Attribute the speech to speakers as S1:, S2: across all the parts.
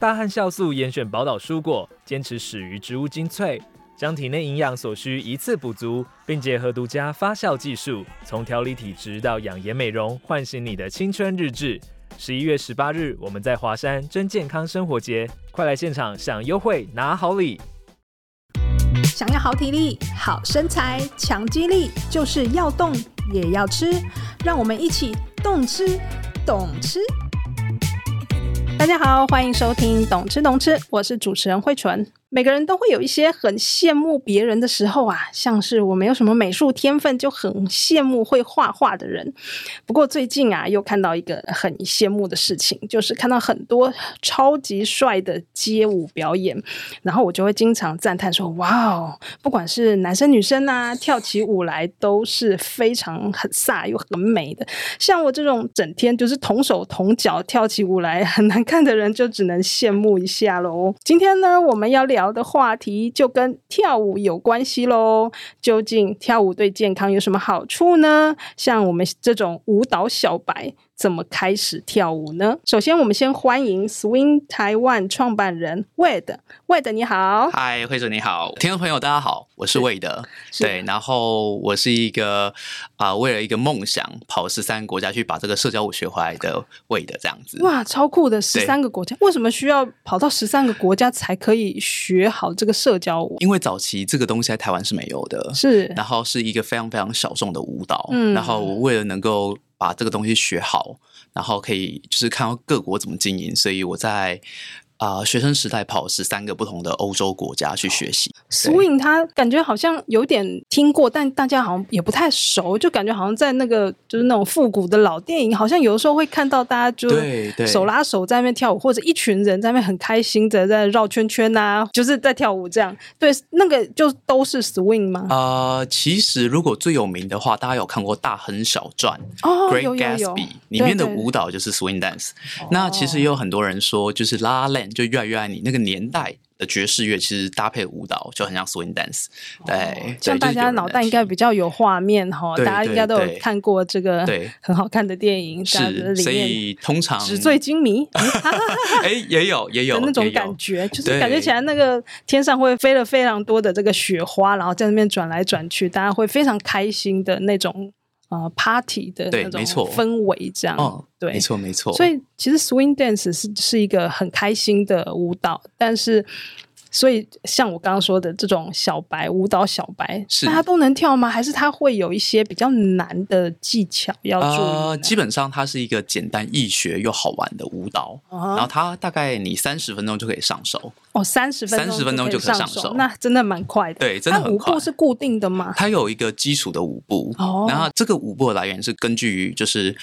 S1: 大汉酵素严选宝岛蔬果，坚持始于植物精粹，将体内营养所需一次补足，并结合独家发酵技术，从调理体质到养颜美容，唤醒你的青春日志。十一月十八日，我们在华山真健康生活节，快来现场享优惠拿好礼！
S2: 想要好体力、好身材、强肌力，就是要动也要吃。让我们一起动吃，懂吃。大家好，欢迎收听《懂吃懂吃》，我是主持人慧纯。每个人都会有一些很羡慕别人的时候啊，像是我没有什么美术天分，就很羡慕会画画的人。不过最近啊，又看到一个很羡慕的事情，就是看到很多超级帅的街舞表演，然后我就会经常赞叹说：“哇哦，不管是男生女生啊，跳起舞来都是非常很飒又很美的。”像我这种整天就是同手同脚跳起舞来很难看的人，就只能羡慕一下喽。今天呢，我们要聊的话题就跟跳舞有关系喽。究竟跳舞对健康有什么好处呢？像我们这种舞蹈小白。怎么开始跳舞呢？首先，我们先欢迎 Swing Taiwan 创办人 Wade。Wade，你好。
S3: 嗨，慧主你好，听众朋友大家好，我是魏德。
S2: 是
S3: 对，然后我是一个啊、为了一个梦想跑十三国家去把这个社交舞学回来的魏德这样子。
S2: 哇，超酷的！十三个国家，为什么需要跑到十三个国家才可以学好这个社交舞？
S3: 因为早期这个东西在台湾是没有的，
S2: 是，
S3: 然后是一个非常非常小众的舞蹈。
S2: 嗯
S3: 然后我为了能够把这个东西学好，然后可以就是看到各国怎么经营，所以我在啊、学生时代跑十三个不同的欧洲国家去学习。
S2: swing 它感觉好像有点听过，但大家好像也不太熟，就感觉好像在那个就是那种复古的老电影，好像有的时候会看到大家就
S3: 对对
S2: 手拉手在那边跳舞，或者一群人在那边很开心的在绕圈圈啊，就是在跳舞这样。对，那个就都是 swing 吗？
S3: 呃，其实如果最有名的话，大家有看过《大亨小传》
S2: 哦，有
S3: Great
S2: 有有
S3: Gatsby》里面的
S2: 对对
S3: 舞蹈就是 swing dance。那其实也有很多人说，就是 La La Land 就越来越爱你那个年代的爵士乐，其实搭配舞蹈就很像 swing dance 对。哎
S2: 像
S3: 对，就
S2: 哦大
S3: 是有
S2: 家
S3: 人
S2: 脑
S3: 在
S2: 袋应该
S3: 提
S2: 比较有画面哈，
S3: 对
S2: 大家应该都
S3: 对
S2: 有
S3: 对
S2: 看过这个
S3: 对
S2: 很好看的电影，大家
S3: 是，
S2: 里
S3: 所
S2: 面
S3: 以通常
S2: 纸醉金迷
S3: 哎也有也有
S2: 的那种
S3: 也有
S2: 感觉，就是
S3: 对
S2: 感觉起来那个天上会飞了非常多的这个雪花，然后在那边转来转去，大家会非常开心的那种呃 party 的
S3: 对
S2: 那种
S3: 没错
S2: 氛围，这样
S3: 哦，
S2: 对，
S3: 没错没错。
S2: 所以其实 swing dance 是是一个很开心的舞蹈，但是所以像我刚刚说的这种小白舞蹈小白，
S3: 是
S2: 大家都能跳吗？还是他会有一些比较难的技巧要注意呢？
S3: 呃，基本上它是一个简单易学又好玩的舞蹈，然后
S2: 啊
S3: 它大概你三十分钟就可以上手。
S2: 哦，三十分钟
S3: 30分钟
S2: 就
S3: 就可以上
S2: 手
S3: 手，
S2: 那真的蛮快的。
S3: 对真的
S2: 那
S3: 很
S2: 舞
S3: 快
S2: 步是固定的吗？
S3: 它有一个基础的舞步，
S2: 哦
S3: 然后这个舞步的来源是根据于就是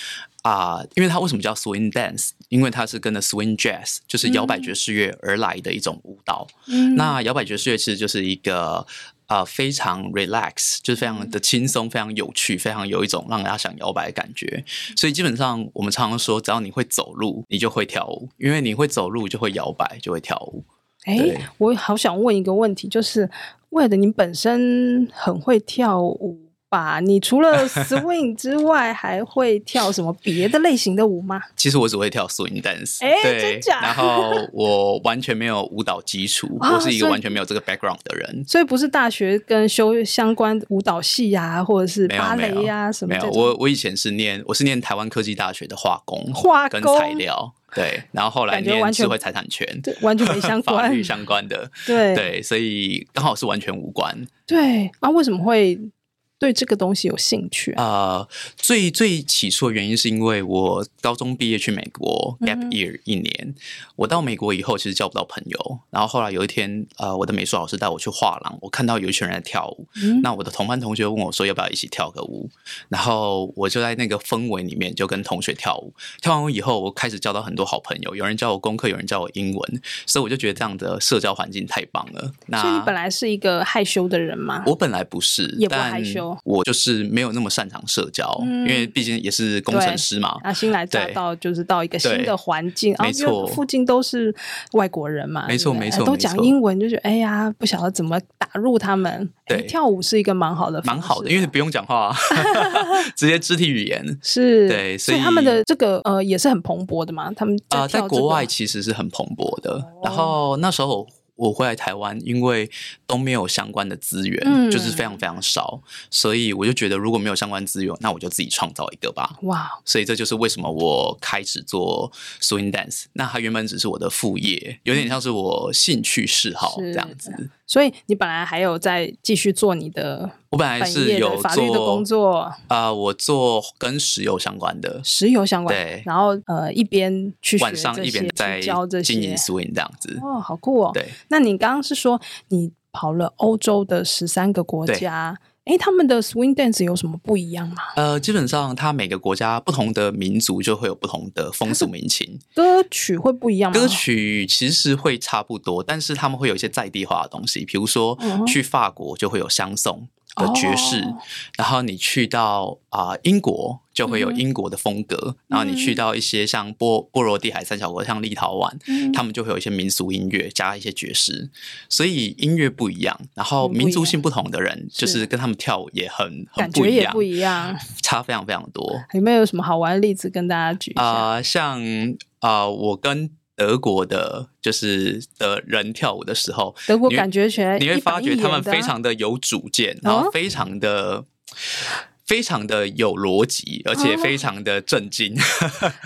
S3: 啊、因为它为什么叫 swing dance？因为它是跟着 swing jazz，就是摇摆爵士乐而来的一种舞蹈。
S2: 嗯
S3: 那摇摆爵士乐其实就是一个。啊、非常 relax，就是非
S2: 嗯
S3: 常的轻松，非常有趣，非常有一种让人家想摇摆的感觉。
S2: 嗯
S3: 所以基本上我们常常说，只要你会走路，你就会跳舞，因为你会走路就会摇摆，就会跳舞。
S2: 哎
S3: 对，
S2: 我好想问一个问题，就是为了你本身很会跳舞吧？你除 了 swing 之外，还会跳什么别的类型的舞吗？
S3: 其实我只会跳 swing dance，
S2: 诶
S3: 对
S2: 真假
S3: 然后我完全没有舞蹈 基础，
S2: 啊
S3: 我是一
S2: 所
S3: 个
S2: 以
S3: 完全没有这个 background 的人。
S2: 所以不是大学跟修相关舞蹈系呀、或者是
S3: 没有
S2: 芭
S3: 没
S2: 蕾
S3: 有
S2: 呀、什么
S3: 没
S2: 这
S3: 有，
S2: 种
S3: 我我以前是念我是念台湾科技大学的化工，
S2: 化
S3: 跟
S2: 工
S3: 材料对，然后后来
S2: 感觉完
S3: 念
S2: 全
S3: 智慧财产权，
S2: 对完全没 相
S3: 法
S2: 关
S3: 律相关的，
S2: 对
S3: 对，所以刚好是完全无关。
S2: 对啊，为什么会对这个东西有兴趣啊？
S3: 呃，最最起初的原因是因为我高中毕业去美国
S2: 嗯
S3: gap
S2: 哼
S3: year 一年，我到美国以后其实交不到朋友，然后后来有一天，呃，我的美术老师带我去画廊，我看到有一群人在跳舞，
S2: 嗯
S3: 那我的同班同学问我说要不要一起跳个舞，然后我就在那个氛围里面就跟同学跳舞，跳完舞以后，我开始交到很多好朋友，有人教我功课，有人教我英文，所以我就觉得这样的社交环境太棒了。那
S2: 所以你本来是一个害羞的人嘛？
S3: 我本来不是，
S2: 也不
S3: 但
S2: 害羞究
S3: 我就是没有那么擅长社交，
S2: 嗯
S3: 因为毕竟也是工程师嘛。
S2: 啊，新来乍
S3: 哦对
S2: 到就是到一个新
S3: 对
S2: 的环境，啊
S3: 没
S2: 因为
S3: 错
S2: 附近都是外国人嘛，
S3: 没错
S2: 对不对
S3: 没错
S2: 都
S3: 没
S2: 讲
S3: 错
S2: 英文，就觉得哎呀，不晓得怎么打入他们。哎
S3: 对
S2: 跳舞是一个蛮好的方式啊，
S3: 蛮好的，因为不用 讲话、啊，直接肢体语言。
S2: 是
S3: 对
S2: 所
S3: 所以
S2: 他们的这个呃也是很蓬勃的嘛，他们跳
S3: 啊、在
S2: 这
S3: 国
S2: 个
S3: 外其实是很蓬勃的。
S2: 哦
S3: 然后那时候我回来台湾，因为都没有相关的资源，
S2: 嗯
S3: 就是非常非常少，所以我就觉得如果没有相关资源，那我就自己创造一个吧。
S2: 哇，
S3: 所以这就是为什么我开始做 swing dance。那它原本只是我的副业，有点像是我兴趣嗜好
S2: 嗯是
S3: 这样子。
S2: 所以你本来还有在继续做你的
S3: 我本来
S2: 本
S3: 是
S2: 业
S3: 有
S2: 的
S3: 做
S2: 法律的工作，
S3: 啊、我做跟石油相关的，
S2: 石油相关，
S3: 对
S2: 然后呃一边去学
S3: 晚上
S2: 这
S3: 一边
S2: 些
S3: 在
S2: 去教这
S3: 经营
S2: 些，
S3: swing 这样子。
S2: 哦，好酷哦，
S3: 对，
S2: 那你刚刚是说你跑了欧洲的十三个国家，诶，他们的 swing dance 有什么不一样吗？
S3: 呃，基本上它每个国家不同的民族就会有不同的风俗 民情，
S2: 歌曲会不一样吗？
S3: 歌曲其实会差不多，但是他们会有一些在地化的东西，比如说
S2: 嗯哼
S3: 去法国就会有相送的爵士，
S2: 哦
S3: 然后你去到啊、英国就会有
S2: 嗯哼
S3: 英国的风格，然后你去到一些像波波罗的海三小国，像立陶宛，
S2: 嗯，
S3: 他们就会有一些民俗音乐加一些爵士，所以音乐不一样，然后
S2: 嗯不一
S3: 民族
S2: 样
S3: 性不同的人，就是是跟他们跳舞也很很
S2: 感觉也不
S3: 不一
S2: 一
S3: 样，
S2: 样。
S3: 差非常非常多。
S2: 有没有什么好玩的例子跟大家举一下？
S3: 啊、像啊、我跟德国的，就是的人跳舞的时候，
S2: 德国
S3: 你会
S2: 感觉起来
S3: 你会
S2: 哎一
S3: 发
S2: 板一
S3: 觉他
S2: 眼
S3: 们
S2: 的
S3: 非
S2: 啊哦
S3: 常的有主见，然后非常的。非常的有逻辑，而
S2: 哦
S3: 且非常的震
S2: 啊
S3: 惊。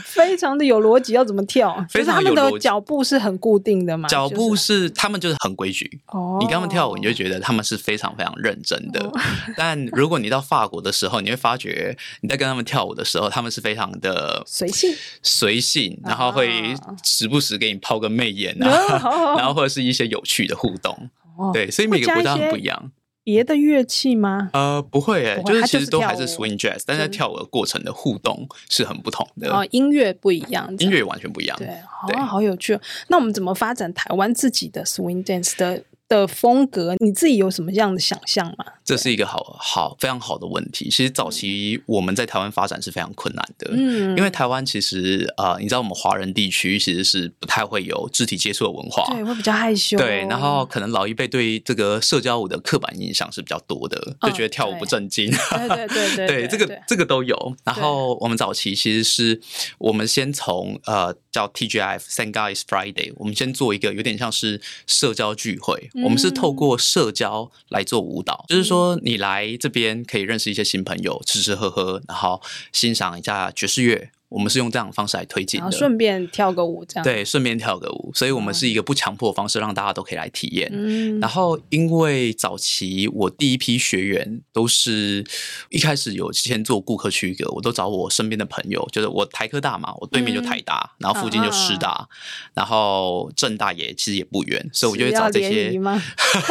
S2: 非常的有逻辑，要怎么跳？
S3: 非常
S2: 就是他
S3: 有
S2: 们
S3: 逻
S2: 的
S3: 辑
S2: 脚步是很固定的嘛？
S3: 脚步
S2: 就是
S3: 是他们就是很规矩，
S2: 哦，
S3: 你跟他们跳舞，你就觉得他们是非常非常认真的
S2: 哦。
S3: 但如果你到法国的时候，你会发觉你在跟他们跳舞的时候，他们是非常的
S2: 随性，
S3: 随性，然后会
S2: 啊
S3: 时不时给你抛个媚眼
S2: 哦
S3: 啊，
S2: 好好好
S3: 然后或者是一些有趣的互动。
S2: 哦
S3: 对，所以每个国家很不一样。
S2: 别的乐器吗？
S3: 呃，不会诶、
S2: 不会
S3: 就是
S2: 它
S3: 其
S2: 就
S3: 实
S2: 是
S3: 都
S2: 跳
S3: 还是
S2: 舞
S3: swing jazz，但是
S2: 就
S3: 在
S2: 是
S3: 跳舞的过程的互动是很不同的，
S2: 哦，音乐不一样，
S3: 呃音乐完全不一样。
S2: 对，
S3: 对
S2: 哦，好有趣、哦。那我们怎么发展台湾自己的 swing dance 的的风格？你自己有什么样的想象吗？
S3: 这是一个好好非常好的问题。其实早期我们在台湾发展是非常困难的，
S2: 嗯，
S3: 因为台湾其实呃，你知道我们华人地区其实是不太会有肢体接触的文化，
S2: 对会比较害羞，
S3: 对，然后可能老一辈对这个社交舞的刻板印象是比较多的，就
S2: 嗯
S3: 觉得跳舞不
S2: 对
S3: 正经。
S2: 对对对 对
S3: 这个这个都有。然
S2: 对
S3: 后我们早期其实是我们先从呃叫 TGF Thank God It's Friday，我们先做一个有点像是社交聚会，我们是透过
S2: 嗯
S3: 社交来做舞蹈，就是说你来这边可以认识一些新朋友，吃吃喝喝，然后欣赏一下爵士乐。我们是用这样的方式来推进
S2: 然后
S3: 的，
S2: 顺便哦跳个舞这样，，
S3: 对，顺便跳个舞，所以我们是一个不强迫的方式，让大家都可以来体验。
S2: 嗯，
S3: 然后，因为早期我第一批学员都是一开始有先做顾客区隔，我都找我身边的朋友，就是我台科大嘛，我对面就台
S2: 嗯
S3: 大，然后附近就师大，然后政大也其实也不远，所以我就会
S2: 是要
S3: 找这
S2: 联谊
S3: 些。
S2: 吗？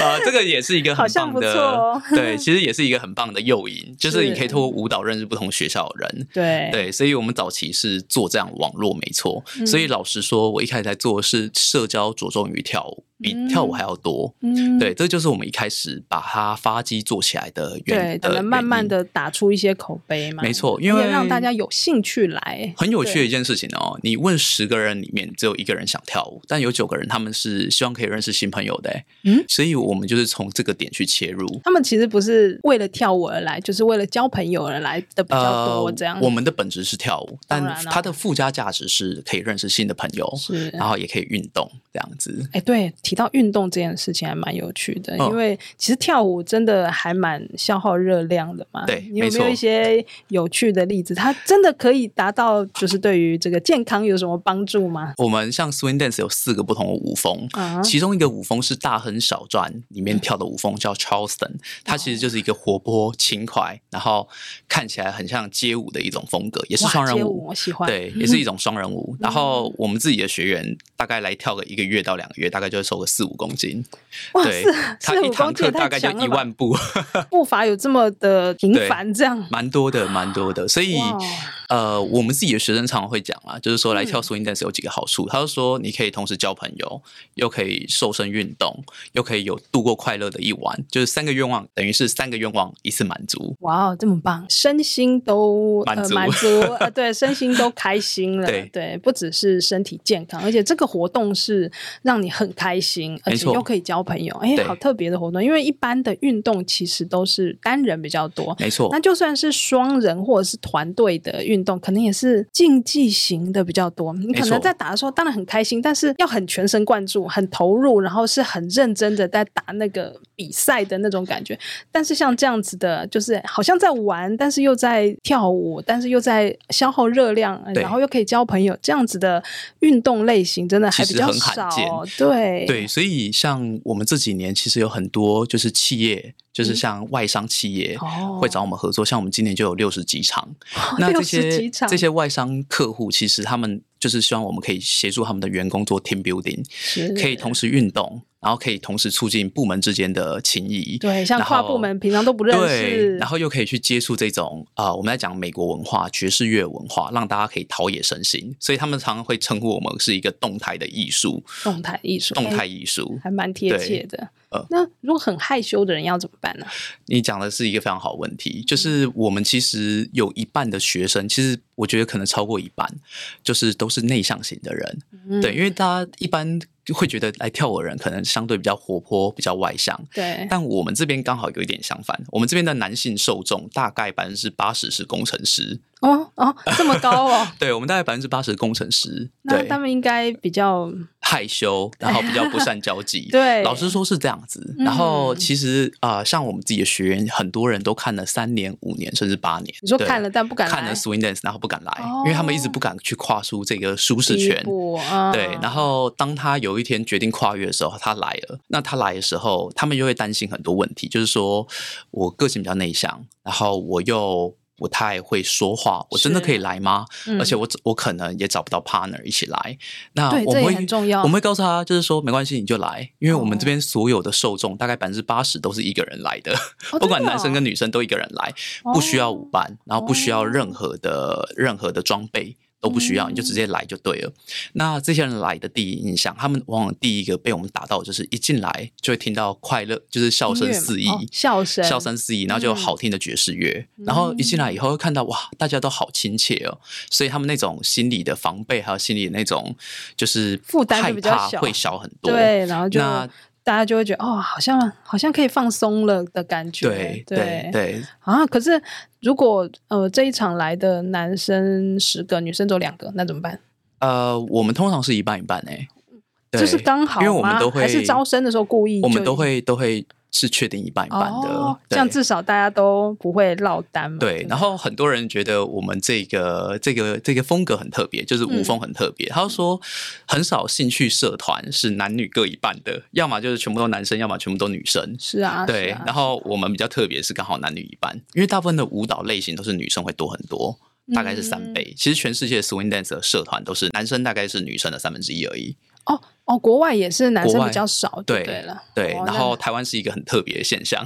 S3: 呃，这个也是一个
S2: 好
S3: 很
S2: 像
S3: 棒
S2: 不
S3: 的，
S2: 错哦
S3: 对，其实也是一个很棒的诱因，就是你可以
S2: 是
S3: 透过舞蹈认识不同学校的人。
S2: 对，
S3: 对，所以我们早期是做这样网络没错。
S2: 嗯
S3: 所以老实说，我一开始在做的是社交着重于跳舞，比
S2: 嗯
S3: 跳舞还要多。
S2: 嗯，
S3: 对，这就是我们一开始把它发机做起来的原
S2: 对，
S3: 的
S2: 等能慢慢
S3: 原因
S2: 的打出一些口碑嘛，
S3: 没错因为
S2: 也让大家有兴趣来，
S3: 很有趣的
S2: 对
S3: 一件事情哦。你问十个人里面只有一个人想跳舞，但有九个人他们是希望可以认识新朋友的欸。
S2: 嗯
S3: 所以我们就是从这个点去切入。
S2: 他们其实不是为了跳舞而来，就是为了交朋友而来的比较多，这样、
S3: 呃我们的本质是跳舞，
S2: 当
S3: 但
S2: 然
S3: 它
S2: 了
S3: 的附加价值是可以认识新的朋友，
S2: 是
S3: 然后也可以运动这样子。
S2: 哎，对，提到运动这件事情还蛮有趣的，
S3: 嗯
S2: 因为其实跳舞真的还蛮消耗热量的嘛。
S3: 对
S2: 你有
S3: 没
S2: 没有
S3: 错
S2: 一些有趣的例子？它真的可以达到，就是对于这个健康有什么帮助吗？
S3: 我们像 swing dance 有四个不同的舞风，
S2: 啊，
S3: 其中一个舞风是大亨小传里
S2: 嗯
S3: 面跳的舞风叫 Charleston，它其实就是一个活泼轻快，然后看起来很像街舞的一种风格，也是
S2: 哇嗯
S3: 双人
S2: 街
S3: 舞。
S2: 我喜欢。
S3: 对，也是一种双人舞。然后我们自己的学员大概来跳个一个月到两个月，大概就会收个四五公斤。
S2: 哇，
S3: 对
S2: 四，四
S3: 他一
S2: 五
S3: 堂
S2: 公斤
S3: 课
S2: 也
S3: 大
S2: 太
S3: 概就
S2: 强了
S3: 一
S2: 吧？
S3: 万步，
S2: 步伐有这么的频
S3: 对
S2: 繁，这样哦
S3: 蛮多的，蛮多的。所以
S2: 哇
S3: 呃，我们自己的学生常常会讲啦，就是说来跳
S2: 嗯
S3: swing dance 有几个好处，他就说你可以同时交朋友，又可以瘦身运动，又可以有度过快乐的一晚，就是三个愿望，等于是三个愿望一次满足。
S2: 哇哦，这么棒，身心都
S3: 满
S2: 呃
S3: 足
S2: 满 足，呃对，身心都开心了，
S3: 对
S2: 不只是身体健康，而且这个活动是让你很开心，而
S3: 没
S2: 且
S3: 错
S2: 又可以交朋友，哎
S3: 对，
S2: 好特别的活动，因为一般的运动其实都是单人比较多。
S3: 没错
S2: 那，就算是双人或者是团队的运动，可能也是竞技型的比较多。你可
S3: 没错
S2: 能在打的时候当然很开心，但是要很全神贯注、很投入，然后是很认真的在打那个比赛的那种感觉。但是像这样子的，就是好像在玩，但是又在跳舞，但是又在消耗热量，呃
S3: 对
S2: 然后又可以交朋友，这样子的运动类型真的还比
S3: 其实
S2: 较
S3: 很罕
S2: 少
S3: 见。
S2: 对
S3: 对，所以像我们这几年其实有很多就是企业，就是
S2: 嗯
S3: 像外商企业
S2: 哦
S3: 会找我们合作，像我们今年就有六十几场。那这
S2: 60
S3: 些
S2: 几场
S3: 这些外商客户，其实他们就是希望我们可以协助他们的员工做 team building，
S2: 是
S3: 可以同时运动，然后可以同时促进部门之间的情谊。
S2: 对，像
S3: 然
S2: 跨
S3: 后
S2: 部门平常都不认识，
S3: 对，然后又可以去接触这种啊、呃我们在讲美国文化、爵士乐文化，让大家可以陶冶身心。所以他们常常会称呼我们是一个动态的艺术，
S2: 动态艺术，
S3: 动
S2: 哎
S3: 态艺术。
S2: 还蛮贴切的。
S3: 对呃
S2: 那如果很害羞的人要怎么办呢？
S3: 你讲的是一个非常好的问题，就是我们其实有一半的学生，其实我觉得可能超过一半，就是都是内向型的人。
S2: 嗯
S3: 对，因为大家一般就会觉得来跳舞的人可能相对比较活泼、比较外向，
S2: 对，
S3: 但我们这边刚好有一点相反，我们这边的男性受众大概百分之八十是工程师，
S2: 哦哦，这么高 哦，
S3: 对我们大概百分之八十工程师，
S2: 那
S3: 对
S2: 他们应该比较。
S3: 害羞，然后比较不善交际
S2: 对
S3: 老实说是这样子。
S2: 嗯
S3: 然后其实啊、呃像我们自己的学员，很多人都看了三年、五年甚至八年。
S2: 你说
S3: 对
S2: 看了但不敢来
S3: 看了 swing dance，然后不敢来，
S2: 哦
S3: 因为他们一直不敢去跨出这个舒适
S2: 第一
S3: 圈。
S2: 步啊，
S3: 对，然后当他有一天决定跨越的时候，他来了。那他来的时候，他们又会担心很多问题，就是说我个性比较内向，然后我又不太会说话，我真的
S2: 是
S3: 可以来吗？
S2: 嗯
S3: 而且我我可能也找不到 partner 一起来。那
S2: 对这
S3: 我们
S2: 也
S3: 会
S2: 很重要
S3: 我们会告诉他，就是说没关系，你就来，因为我们这边所有的受众大概百分之八十都是一个人来的，
S2: 哦
S3: 不管
S2: 真的哦哦
S3: 男生跟女生都一个人来，不需要舞伴，然后不需要任何的任何的装备。都不需要，你就
S2: 嗯
S3: 直接来就对了。那这些人来的第一印象，他们往往第一个被我们打到的就是一进来就会听到快乐，就是笑声四
S2: 音
S3: 溢
S2: 乐嘛哦，嗯笑声
S3: 笑声四溢，然后就有好听的爵士乐，然后一进
S2: 嗯
S3: 来以后会看到哇，大家都好亲切哦，所以他们那种心理的防备还有心理的那种就是
S2: 负担
S3: 害
S2: 就比较
S3: 怕
S2: 小
S3: 会小很多。
S2: 对，然后就
S3: 那
S2: 大家就会觉得哦，好像好像可以放松了的感觉，
S3: 对对
S2: 对
S3: 对，
S2: 啊。可是如果呃这一场来的男生十个，女生只有两个，那怎么办？
S3: 呃，我们通常是一半一半诶，对
S2: 嗯就是刚好吗，
S3: 因为我们都会
S2: 还是招生的时候故意就，
S3: 我们都会都会是确定一半一半的，
S2: 哦，
S3: 对
S2: 这样至少大家都不会落单嘛。
S3: 对，然后很多人觉得我们这个这个这个风格很特别，就是舞风
S2: 嗯
S3: 很特别。他就说，很少兴趣社团是男女各一半的，要么就是全部都男生，要么全部都女生。
S2: 是啊，
S3: 对，
S2: 是啊
S3: 然后我们比较特别是刚好男女一半，因为大部分的舞蹈类型都是女生会多很多，大概是
S2: 嗯
S3: 三倍。其实全世界 swing dance 的社团都是男生大概是女生的三分之一而已。
S2: 哦哦，国外也是男
S3: 国
S2: 生
S3: 外
S2: 比较少，就
S3: 对
S2: 对了，
S3: 对，
S2: 哦
S3: 然
S2: 那
S3: 后台湾是一个很特别的 现象，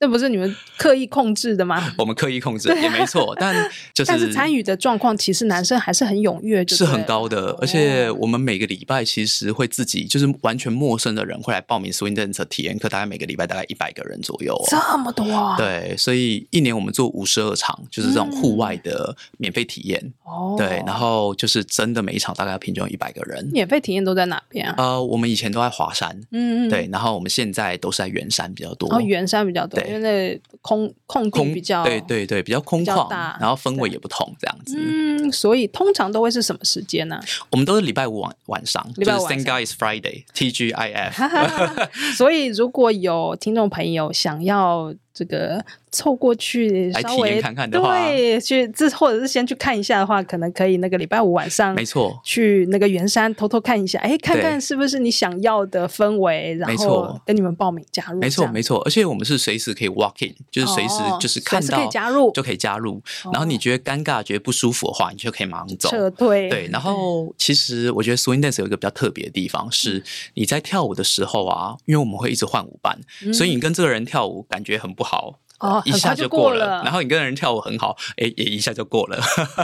S2: 这不是你们刻意控制的吗？
S3: 我们刻意控制也没错， 但 就是
S2: 但是参与的状况，其实男生还是很踊跃，就是对了哦
S3: 很高的，而且我们每个礼拜其实会自己就是完全陌生的人会来报名 swing dance 体验课，大概每个礼拜大概一百个人左右、哦。
S2: 这么多啊，
S3: 对，所以一年我们做五十二场，就是这种户外的免费体验。
S2: 嗯哦，
S3: 对，然后就是真的每一场大概平均一百个人。
S2: 免费体验都在哪边啊？
S3: 呃，我们以前都在华山，
S2: 嗯嗯，
S3: 对，，然后我们现在都是在圆山比较多。
S2: 然后圆山比较多，
S3: 对
S2: 因为那空空地
S3: 空
S2: 比较
S3: 对，对对，比较空
S2: 比较
S3: 旷
S2: 大，
S3: 然后氛围
S2: 对
S3: 也不同，这样子。
S2: 嗯，所以通常都会是什么时间呢？
S3: 我们都是礼拜五晚晚上，
S2: 礼拜五
S3: 就
S2: 晚
S3: 是 Thank God is Friday T G I F。
S2: 所以，如果有听众朋友想要这个凑过去
S3: 来
S2: 稍
S3: 体
S2: 微
S3: 验看看的话
S2: 对，去这或者是先去看一下的话，可能可以那个礼拜五晚上
S3: 没错，
S2: 去那个圆山偷偷看一下，哎，看
S3: 对
S2: 看是不是你想要的氛围，然
S3: 没
S2: 后
S3: 错
S2: 跟你们报名加入，
S3: 没
S2: 这
S3: 错，
S2: 样
S3: 没错。而且我们是随时可以 walk in，就是随时
S2: 哦
S3: 就是
S2: 随
S3: 看
S2: 时可以
S3: 到
S2: 加入哦
S3: 就可以加入。然后你觉得尴尬、觉得不舒服的话，你就可以马上走。
S2: 撤退，
S3: 对，然后其实我觉得 swing dance 有一个比较特别的地方是，你在跳舞的时候啊，因为我们会一直换舞伴，
S2: 嗯
S3: 所以你跟这个人跳舞感觉很不好。
S2: 哦
S3: 一
S2: 很
S3: 下
S2: 快就
S3: 过
S2: 过了
S3: 然后你跟人跳舞很好，哎，也一下就过了。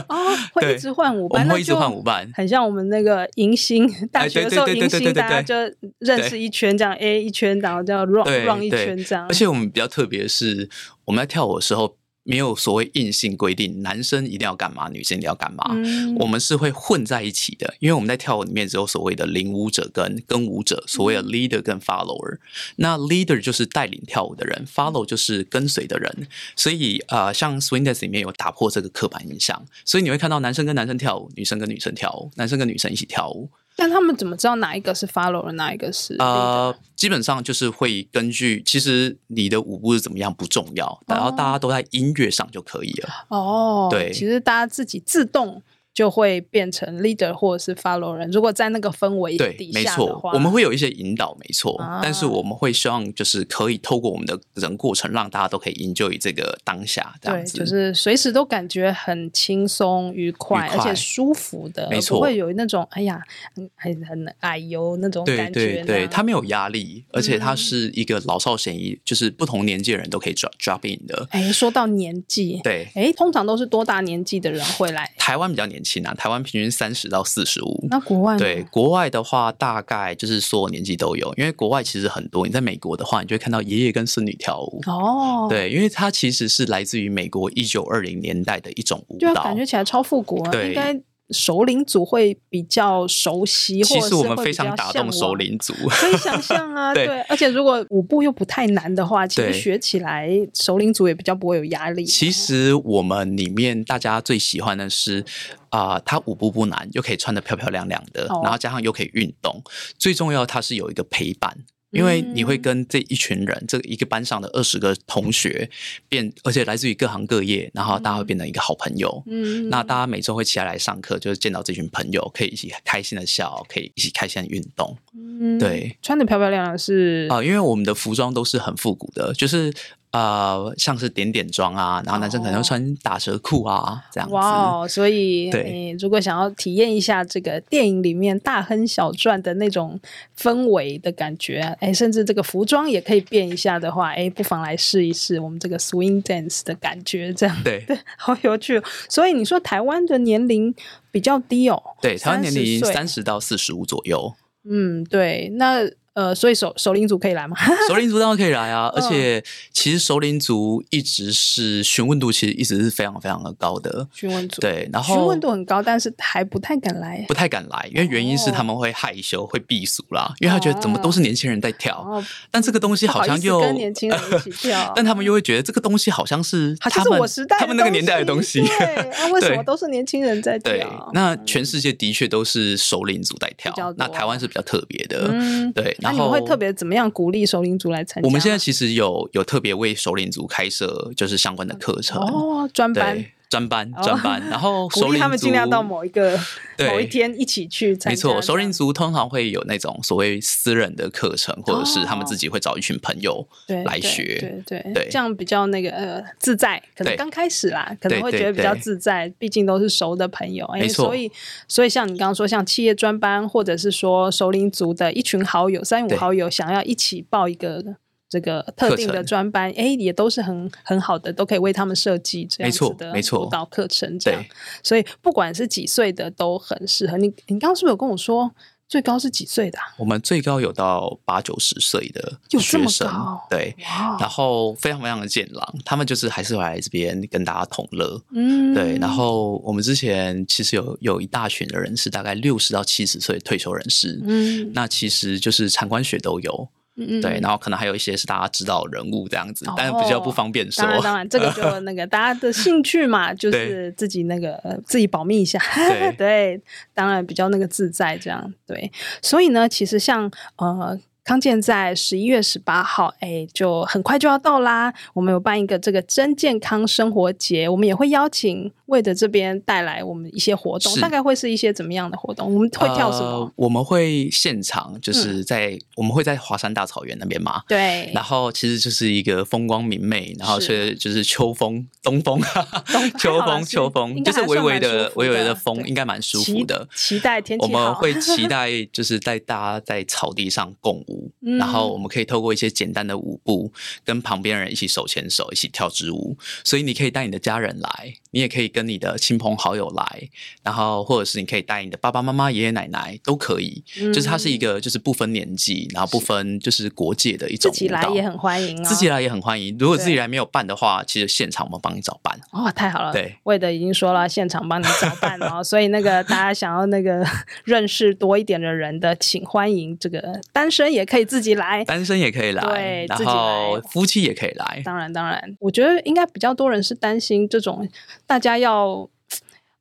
S2: 哦，会一
S3: 对
S2: 直换舞
S3: 我
S2: 伴，
S3: 们
S2: 那
S3: 会一直换
S2: 就
S3: 舞伴，
S2: 很像我们那个迎新，大学的时候
S3: 哎对对
S2: 迎
S3: 对
S2: 新，
S3: 对对对对
S2: 大家就认识一圈这样，A 一圈，然后这样 run
S3: 对
S2: run 一
S3: 对
S2: 圈这样。
S3: 而且我们比较特别的是，我们在跳舞的时候没有所谓硬性规定，男生一定要干嘛，女生一定要干嘛。
S2: 嗯，
S3: 我们是会混在一起的，因为我们在跳舞里面只有所谓的领舞者跟跟舞者，所谓的 leader 跟 follower。那 leader 就是带领跳舞的人，follow 就是跟随的人。所以呃，像 swing dance 里面有打破这个刻板印象，所以你会看到男生跟男生跳舞，女生跟女生跳舞，男生跟女生一起跳舞。
S2: 但他们怎么知道哪一个是 follow 了，哪一个是 leader？
S3: 呃，基本上就是会根据，其实你的舞步是怎么样不重要，然后大家都在音乐上就可以了。
S2: 哦，
S3: 对
S2: 其实大家自己自动就会变成 leader 或者是 follow 人。如果在那个氛围
S3: 对
S2: 底，
S3: 没
S2: 下的
S3: 错
S2: 话，，
S3: 我们会有一些引导，没错，
S2: 啊
S3: 但是我们会希望就是可以透过我们的整个过程，让大家都可以 enjoy 这个当下，这
S2: 对，
S3: 样子。
S2: 就是随时都感觉很轻松、愉快，
S3: 愉
S2: 而
S3: 快
S2: 且舒服的，
S3: 没错
S2: 不会有那种哎呀，很很很哎呦那种
S3: 对
S2: 感觉
S3: 对
S2: 呢。
S3: 对，它没有压力，而且它是一个老少咸宜，就是不同年纪的人都可以 drop drop in 的。
S2: 哎，说到年纪，
S3: 对，
S2: 哎，通常都是多大年纪的人会来？
S3: 台湾比较年轻啊，台湾平均三十到四十五。
S2: 那国外呢
S3: 对，国外的话，大概就是所有年纪都有，因为国外其实很多。你在美国的话，你就会看到爷爷跟孙女跳舞。
S2: 哦，，
S3: 对，因为它其实是来自于美国一九二零年代的一种舞
S2: 就
S3: 蹈
S2: 感，觉起来超复古啊，
S3: 对
S2: 应该首领组会比较熟悉，
S3: 其
S2: 或者
S3: 实
S2: 是
S3: 我们
S2: 会
S3: 非
S2: 比较
S3: 常打
S2: 向
S3: 动
S2: 往
S3: 首。领族。
S2: 可以想象啊，
S3: 对
S2: 对，而且如果舞步又不太难的话，其实
S3: 对
S2: 学起来首领组也比较不会有压力。啊
S3: 其实我们里面大家最喜欢的是，啊、它舞步不难，又可以穿的漂漂亮亮的，
S2: 哦
S3: 然后加上又可以运动，最重要它是有一个陪伴。因为你
S2: 嗯
S3: 会跟这一群人，这一个班上的二十个同学变，而且来自于各行各业，然后大家会变成一个好朋友。
S2: 嗯，
S3: 那大家每周会起来来上课，就是见到这群朋友，可以一起开心的笑，可以一起开心的运动。
S2: 嗯
S3: 对
S2: 穿的漂漂亮亮是
S3: 啊、因为我们的服装都是很复古的，就是呃，像是点点装啊，然后男生可能
S2: 哦
S3: 会穿打折裤啊，这样子。
S2: 哇哦，所以
S3: 对
S2: 诶如果想要体验一下这个电影里面大亨小传的那种氛围的感觉，哎，甚至这个服装也可以变一下的话，哎，不妨来试一试我们这个 swing dance 的感觉，这样
S3: 对
S2: 好有趣哦、所以你说台湾的年龄比较低哦，
S3: 对，台湾年龄
S2: 30岁
S3: 三十到四十五左右，
S2: 嗯，对，那呃，所以首首领组可以来吗？
S3: 首领族当然可以来啊。而
S2: 嗯
S3: 且其实首领族一直是询问度，其实一直是非常非常的高的。
S2: 询问组，
S3: 对，然后
S2: 询问度很高，但是还不太敢来
S3: 不。太敢来，因为原因
S2: 哦
S3: 是他们会害羞、会避俗啦，因为他觉得怎么都是年轻人在跳，
S2: 哦，
S3: 但这个东西
S2: 不好
S3: 像
S2: 意思
S3: 又
S2: 跟年轻人一起跳
S3: 但他们又会觉得这个东西好像是
S2: 好像
S3: 他
S2: 啊是
S3: 们
S2: 我时代的
S3: 他们那个年代的东西。
S2: 对，啊， 为什么
S3: 对
S2: 都是年轻人在跳？
S3: 对，那全世界的确都是首领族在跳
S2: 啊比较多，啊
S3: 那台湾是比较特别的。
S2: 嗯，
S3: 对，
S2: 那
S3: 然
S2: 你们
S3: 后
S2: 会特别怎么样鼓励首领族来参加吗？
S3: 我们现在其实有有特别为首领族开设就是相关的课程，
S2: 哦专班
S3: 对，专班
S2: 哦
S3: 专班，然后首
S2: 鼓
S3: 领
S2: 励
S3: 族
S2: 他们尽量到某一个
S3: 对
S2: 某一天一起去参加。
S3: 没错，首领
S2: 组
S3: 族通常会有那种所谓私人的课程，或者是他们自己会找一群朋友来学。
S2: 对对对
S3: 对
S2: 这样比较那个呃自在，可能
S3: 对
S2: 刚开始啦，可能
S3: 对
S2: 会
S3: 对
S2: 觉得比较
S3: 对
S2: 自在，毕竟都是熟的朋友。哎
S3: 没错
S2: 所以所以像你刚刚说，像企业专班，或者是说首领族的一群好友、三五
S3: 对
S2: 好友，想要一起报一个。这个特定
S3: 课
S2: 的
S3: 程
S2: 专班，哎，也都是很很好的，都可以为他们设计这样
S3: 没错
S2: 子的
S3: 没错
S2: 辅导课程，这样
S3: 对。，
S2: 所以不管是几岁的都很适合。你你刚刚是不是有跟我说最高是几岁的啊、
S3: 我们最高有到八九十岁的
S2: 有这么
S3: 学生
S2: 高，
S3: 对，
S2: 哇
S3: 然后非常非常的健朗，他们就是还是会来这边跟大家同乐。
S2: 嗯，
S3: 对，然后我们之前其实有有一大群的人是大概六十到七十岁退休人士，
S2: 嗯，
S3: 那其实就是产官学都有，
S2: 嗯
S3: 对，
S2: 嗯
S3: 然后可能还有一些是大家知道的人物这样子
S2: 哦，
S3: 但比较不方便说
S2: 当。然，当然，这个 就那个大家的兴趣嘛，就
S3: 对
S2: 是自己那个、呃、自己保密一下。
S3: 对
S2: 当然比较那个自在这样。对，所以呢，其实像呃。康健在十一月十八号，哎，就很快就要到啦。我们有办一个这个真健康生活节，我们也会邀请魏德这边带来我们一些活动，
S3: 是
S2: 大概会是一些怎么样的活动？我们会跳什么？嗯
S3: 呃我们会现场就是在、我们会在华山大草原那边嘛。
S2: 对，
S3: 然后其实就是一个风光明媚，然后
S2: 是
S3: 却就是秋风、东风、
S2: 东
S3: 秋
S2: 还好啦
S3: 风、
S2: 是
S3: 秋风，
S2: 应该
S3: 就是
S2: 还
S3: 微
S2: 算
S3: 微
S2: 蛮舒
S3: 的、
S2: 服
S3: 微微的
S2: 的
S3: 风，
S2: 对
S3: 应该蛮舒服的。
S2: 期期待天气
S3: 我
S2: 好，
S3: 们会 期待就是带大家在草地上共舞，
S2: 嗯
S3: 然后我们可以透过一些简单的舞步，跟旁边人一起手牵手，一起跳支舞。所以你可以带你的家人来，你也可以跟你的亲朋好友来，然后或者是你可以带你的爸爸妈妈、爷爷奶奶都可以。就是它是一
S2: 嗯
S3: 个就是不分年纪，然后不分就是国界的一种
S2: 自
S3: 舞蹈。
S2: 己来也很欢迎哦，
S3: 自己来也很欢迎。如果自己
S2: 对
S3: 来没有办的话，其实现场我们帮你找办。
S2: 哦，太好了！
S3: 对，
S2: 魏德已经说了，现场帮你找伴哦，所以那个大家想要那个 认识多一点的人的，请欢迎这个单身也可以自己 来。
S3: 单身也可以来
S2: 对，
S3: 然
S2: 自己来
S3: 后夫妻也可以来。
S2: 当然，当然，我觉得应该比较多人是担心这种大家要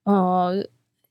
S2: 呃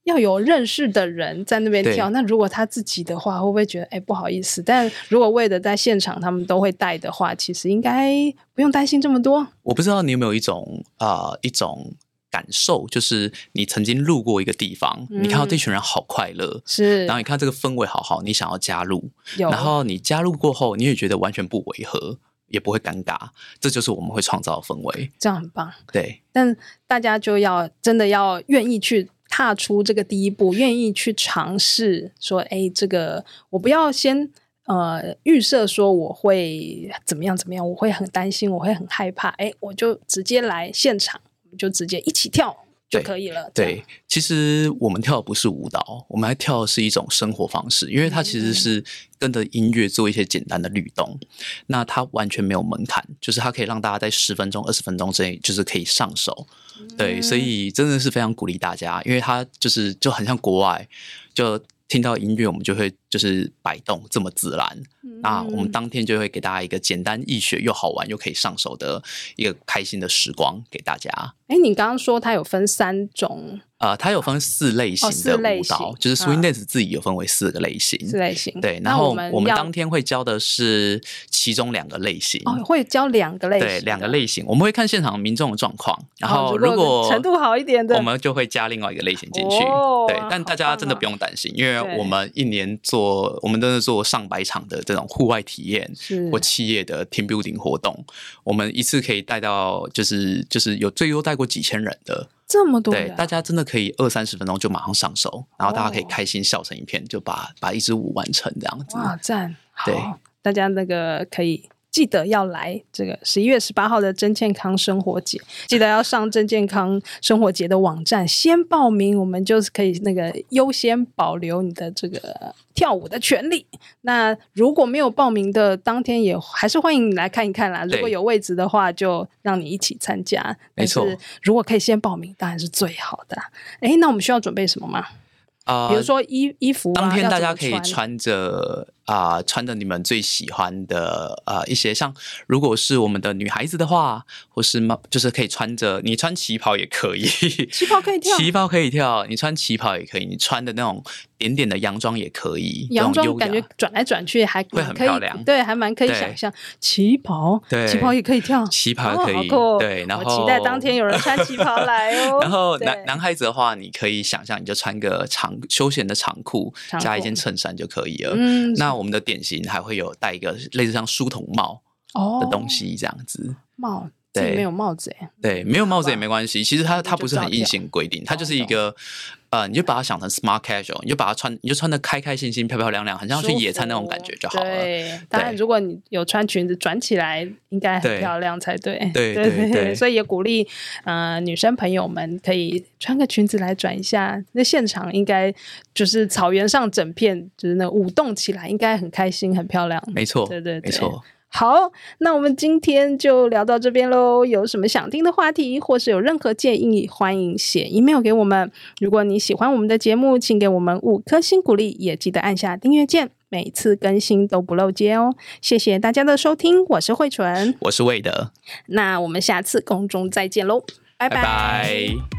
S2: 要有认识的人在那边
S3: 对
S2: 跳。那如果他自己的话，会不会觉得哎不好意思？但如果魏德在现场他们都会带的话，其实应该不用担心这么多。
S3: 我不知道你有没有一种呃一种感受，就是你曾经路过一个地方，
S2: 嗯
S3: 你看到这群人好快乐。
S2: 是，
S3: 然后你看到这个氛围好好，你想要加入，
S2: 有
S3: 然后你加入过后，你也觉得完全不违和，也不会尴尬，这就是我们会创造的氛围。
S2: 这样很棒。
S3: 对，
S2: 但大家就要真的要愿意去踏出这个第一步，愿意去尝试说，哎，这个我不要先呃预设说我会怎么样怎么样，我会很担心，我会很害怕，哎，我就直接来现场，我们就直接一起跳就
S3: 对
S2: 可以了。这样
S3: 对，其实我们跳的不是舞蹈，我们还跳的是一种生活方式，
S2: 嗯
S3: 因为它其实是跟着音乐做一些简单的律动，那它完全没有门槛，就是它可以让大家在十分钟、二十分钟之内就是可以上手。
S2: 嗯
S3: 对，所以真的是非常鼓励大家，因为它就是就很像国外，就听到音乐我们就会就是摆动这么自然，
S2: 嗯
S3: 那我们当天就会给大家一个简单易学又好玩又可以上手的一个开心的时光给大家。
S2: 哎，诶你刚刚说它有分三种
S3: 呃，它有分四类型
S2: 哦四
S3: 的
S2: 类
S3: 舞蹈，
S2: 型
S3: 就是 swing
S2: 啊
S3: dance 自己有分为四个类型。
S2: 类型，
S3: 嗯对，然
S2: 那
S3: 后
S2: 我们
S3: 我们
S2: 要
S3: 当天会教的是其中两个类型，
S2: 哦会教两个类型
S3: 对，
S2: 的，
S3: 两个类型，我们会看现场民众的状况，然
S2: 哦
S3: 后
S2: 如
S3: 如
S2: 果
S3: 果
S2: 程度好一点的
S3: 我们就会加另外一个类型进去。
S2: 哦
S3: 对，但
S2: 好
S3: 大家
S2: 棒
S3: 真的
S2: 哦
S3: 不用担心，因为
S2: 对
S3: 我们一年做，我们真的做上百场的这种户外体验，
S2: 是
S3: 或企业的 team building 活动，我们一次可以带到就是就是有最多带过几千人的，
S2: 这么多
S3: 对
S2: 人，
S3: 大家真的可以二三十分钟就马上上手，然后大家可以
S2: 哦
S3: 开心笑成一片，就把把一支舞完成这样子。
S2: 哇，赞！
S3: 对
S2: 好，大家那个可以记得要来这个十一月十八号的真健康生活节，记得要上真健康生活节的网站先报名，我们就是可以那个优先保留你的这个跳舞的权利。那如果没有报名的，当天也还是欢迎你来看一看啦。如果
S3: 对
S2: 有位置的话，就让你一起参加。
S3: 没
S2: 但是
S3: 错
S2: 如果可以先报名，当然是最好的。哎，那我们需要准备什么吗？
S3: 啊
S2: 比如说衣衣服、啊，
S3: 当天
S2: 要
S3: 大
S2: 怎
S3: 家
S2: 么
S3: 可以穿着啊、穿着你们最喜欢的啊、一些，像如果是我们的女孩子的话，或是妈，就是可以穿着你穿旗袍也可以，
S2: 旗袍可以跳，
S3: 旗袍可以跳，你穿旗袍也可以，你穿的那种点点的洋装也可以，
S2: 洋
S3: 那
S2: 装
S3: 种
S2: 感
S3: 优
S2: 觉
S3: 雅。
S2: 转来转去还
S3: 会
S2: 蛮
S3: 很
S2: 可以
S3: 漂亮
S2: 对，还蛮可以
S3: 对
S2: 想象。旗袍，
S3: 对
S2: 旗袍也可以跳，
S3: 旗袍也
S2: 哦
S3: 可
S2: 好
S3: 以，
S2: 酷哦
S3: 对，然
S2: 我
S3: 后
S2: 期待当天有人穿旗袍来哦
S3: 然后
S2: 对
S3: 男男孩子的话，你可以想象，你就穿个长休闲的长裤，
S2: 长
S3: 加一
S2: 裤
S3: 件衬衫就可以了。
S2: 嗯
S3: 那我们的典型还会有戴一个类似像书童帽
S2: 哦
S3: 的东西，这样子。
S2: 帽，自己
S3: 对
S2: 没有帽子哎，
S3: 对，没有帽子也
S2: 吧
S3: 没关系。其实它它
S2: 就
S3: 不是
S2: 照
S3: 很硬
S2: 跳
S3: 性规定，它
S2: 懂
S3: 就是一
S2: 懂
S3: 个呃，你就把它想成 smart casual，你就把它穿，你就穿的开开心心、漂漂亮亮，很像去
S2: 舒
S3: 野餐那种
S2: 服
S3: 感觉就好了。
S2: 对，当然
S3: 对
S2: 如果你有穿裙子转起来，应该很
S3: 对
S2: 漂亮才对。
S3: 对
S2: 对
S3: 对对
S2: 所以也鼓励呃女生朋友们可以穿个裙子来转一下。那现场应该就是草原上整片就是那舞动起来，应该很开心，很漂亮。
S3: 没错，
S2: 对对对
S3: 没错。
S2: 好，那我们今天就聊到这边喽。有什么想听的话题，或是有任何建议，欢迎写 email 给我们。如果你喜欢我们的节目，请给我们五颗星鼓励，也记得按下订阅键，每次更新都不漏接哦。谢谢大家的收听，我是慧纯，
S3: 我是魏德，
S2: 那我们下次空中再见喽，拜
S3: 拜拜